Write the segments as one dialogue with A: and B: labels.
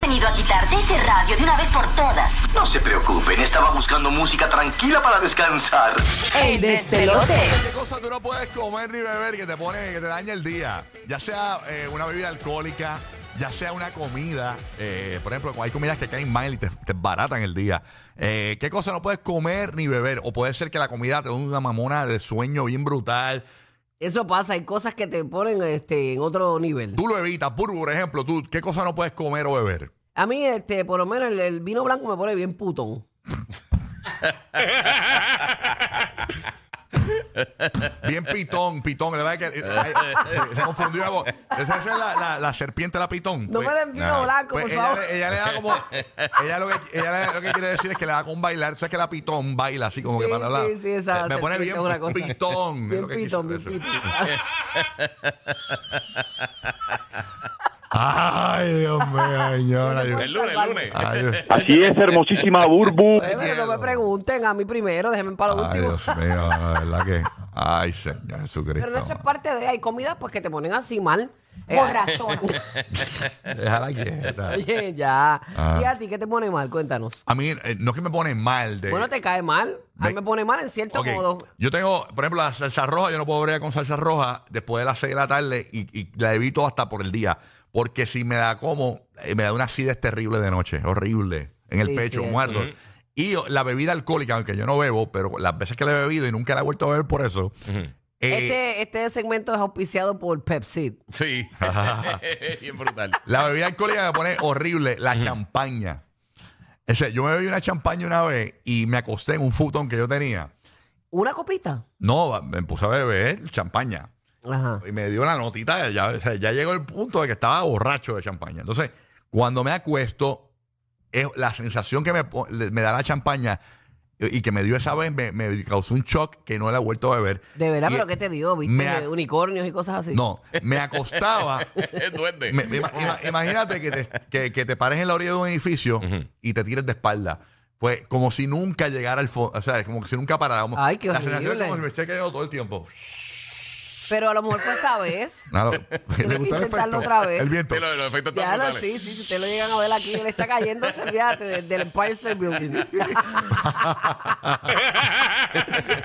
A: venido a quitarte ese radio de una vez por todas.
B: No se preocupen, estaba buscando música tranquila para descansar.
C: El despelote.
D: ¿Qué cosa tú no puedes comer ni beber que te pone, que te daña el día? Ya sea eh, una bebida alcohólica, ya sea una comida. eh, por ejemplo, hay comidas que caen mal y te, te baratan el día. Eh, ¿Qué cosa no puedes comer ni beber? O puede ser que la comida te dé una mamona de sueño bien brutal.
C: Eso pasa, hay cosas que te ponen este, en otro nivel.
D: Tú lo evitas. Puru, por ejemplo, tú, ¿qué cosa no puedes comer o beber?
C: A mí, este, por lo menos el, el vino blanco me pone bien putón.
D: Bien pitón, pitón. La verdad es que eh, ay, se- se confundió. algo. Esa es la, la- la serpiente, la pitón.
C: No
D: Pues-
C: me den vino blanco,
D: Pues
C: por
D: ella,
C: favor.
D: le- ella le da como. Ella lo que, ella le- lo que quiere decir es que le da con bailar. O sea, que la pitón baila así como
C: Sí,
D: que para la.
C: sí, sí, esa
D: me pone
C: serpiente
D: bien
C: es una cosa.
D: pitón. es
C: Bien
D: lo que
C: pitón, bien
D: quiso decir.
C: pitón.
D: Ay, Dios mío, señora. Dios-
E: El lunes, el lunes.
D: Ay, Dios,
F: Así es, hermosísima Burbu.
C: Eh, pero no
D: miedo.
C: me pregunten a mí primero, déjenme para lo
D: ay,
C: último.
D: Dios mío, la verdad que. Ay, Señor Jesucristo.
C: Pero eso es parte de... Hay comidas pues que te ponen así mal. Eh,
D: Déjala quieta.
C: Oye, ya.
D: Ah.
C: ¿Y a ti qué te pone mal? Cuéntanos.
D: A mí, eh, no es que me pone mal de.
C: Bueno, te cae mal. A mí
D: Eh, Ve-
C: me pone mal en cierto
D: Ok,
C: modo.
D: Yo tengo, por ejemplo, la salsa roja, yo no puedo bregar con salsa roja después de las 6 de la tarde y, y la evito hasta por el día. Porque si me la como, eh, me da una acidez terrible de noche, horrible, en el
C: Sí,
D: pecho,
C: sí,
D: muerto. Y oh, la bebida alcohólica, aunque yo no bebo, pero las veces que la he bebido y nunca la he vuelto a beber por eso. eh,
C: este, este segmento es auspiciado por Pepsi.
E: Sí.
C: Este
E: Bien brutal.
D: La bebida alcohólica me pone horrible, la champaña. O sea, yo me bebí una champaña una vez y me acosté en un futón que yo tenía.
C: ¿Una copita?
D: No, me puse a beber champaña.
C: Ajá.
D: y me dio la notita, ya, o sea, ya llegó el punto de que estaba borracho de champaña. Entonces, cuando me acuesto, es la sensación que me, po- le- me da la champaña eh, y que me dio esa vez me, me causó un shock que no la he vuelto a beber.
C: De verdad,
D: Y-
C: pero ¿qué te dio? ¿Viste?
D: me ac-
C: De unicornios y cosas así.
D: No, me acostaba.
E: Duende.
D: me- me ima- ima- imagínate que te, que, que te pares en la orilla de un edificio y te tires de espalda. Pues como si nunca llegara al fondo, o sea, como si nunca parara. Como-
C: Ay, qué
D: la sensación es
C: horrible.
D: como si me esté cayendo todo el tiempo.
C: Pero a lo mejor fue esa vez.
D: Claro,
C: que
D: ¿Te gustó el
C: intentarlo
D: efecto?
C: otra vez.
D: El viento.
E: Sí, los, los efectos
C: Ya
E: están
C: no,
E: brutales.
C: sí, sí, si te lo llegan a ver aquí, él está cayendo, se olvídate de- del Empire State Building.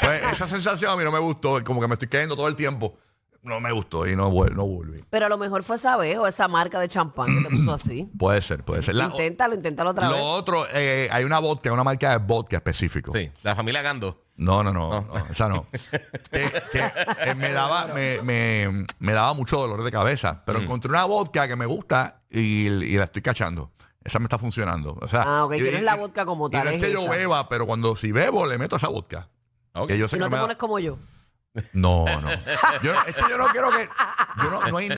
D: Pues esa sensación a mí no me gustó, como que me estoy cayendo todo el tiempo. No me gustó y no, vuel- no volví.
C: Pero a lo mejor fue esa vez o esa marca de champán que te puso así.
D: Puede ser, puede ser. La-
C: inténtalo, inténtalo otra
D: lo
C: vez.
D: otro, eh, hay una vodka, una marca de vodka específico.
E: Sí, la familia Gando.
D: No, no, no, no, esa no. Que- que, eh, me, daba, me, me- me daba mucho dolor de cabeza,
E: Mm.
D: pero encontré una vodka que me gusta y, y la estoy cachando. Esa me está funcionando. O sea,
C: Ah, ok,
D: y-
C: que no es
D: y-
C: la vodka como
D: y
C: tal,
D: No es
C: es
D: que yo
C: esa.
D: beba, pero cuando si bebo le meto esa vodka.
E: Ok.
D: Que yo
C: Si
D: sé que
C: no te
D: me da-
C: pones como yo.
D: No, no. Yo, es que yo no quiero que. Yo no, no hay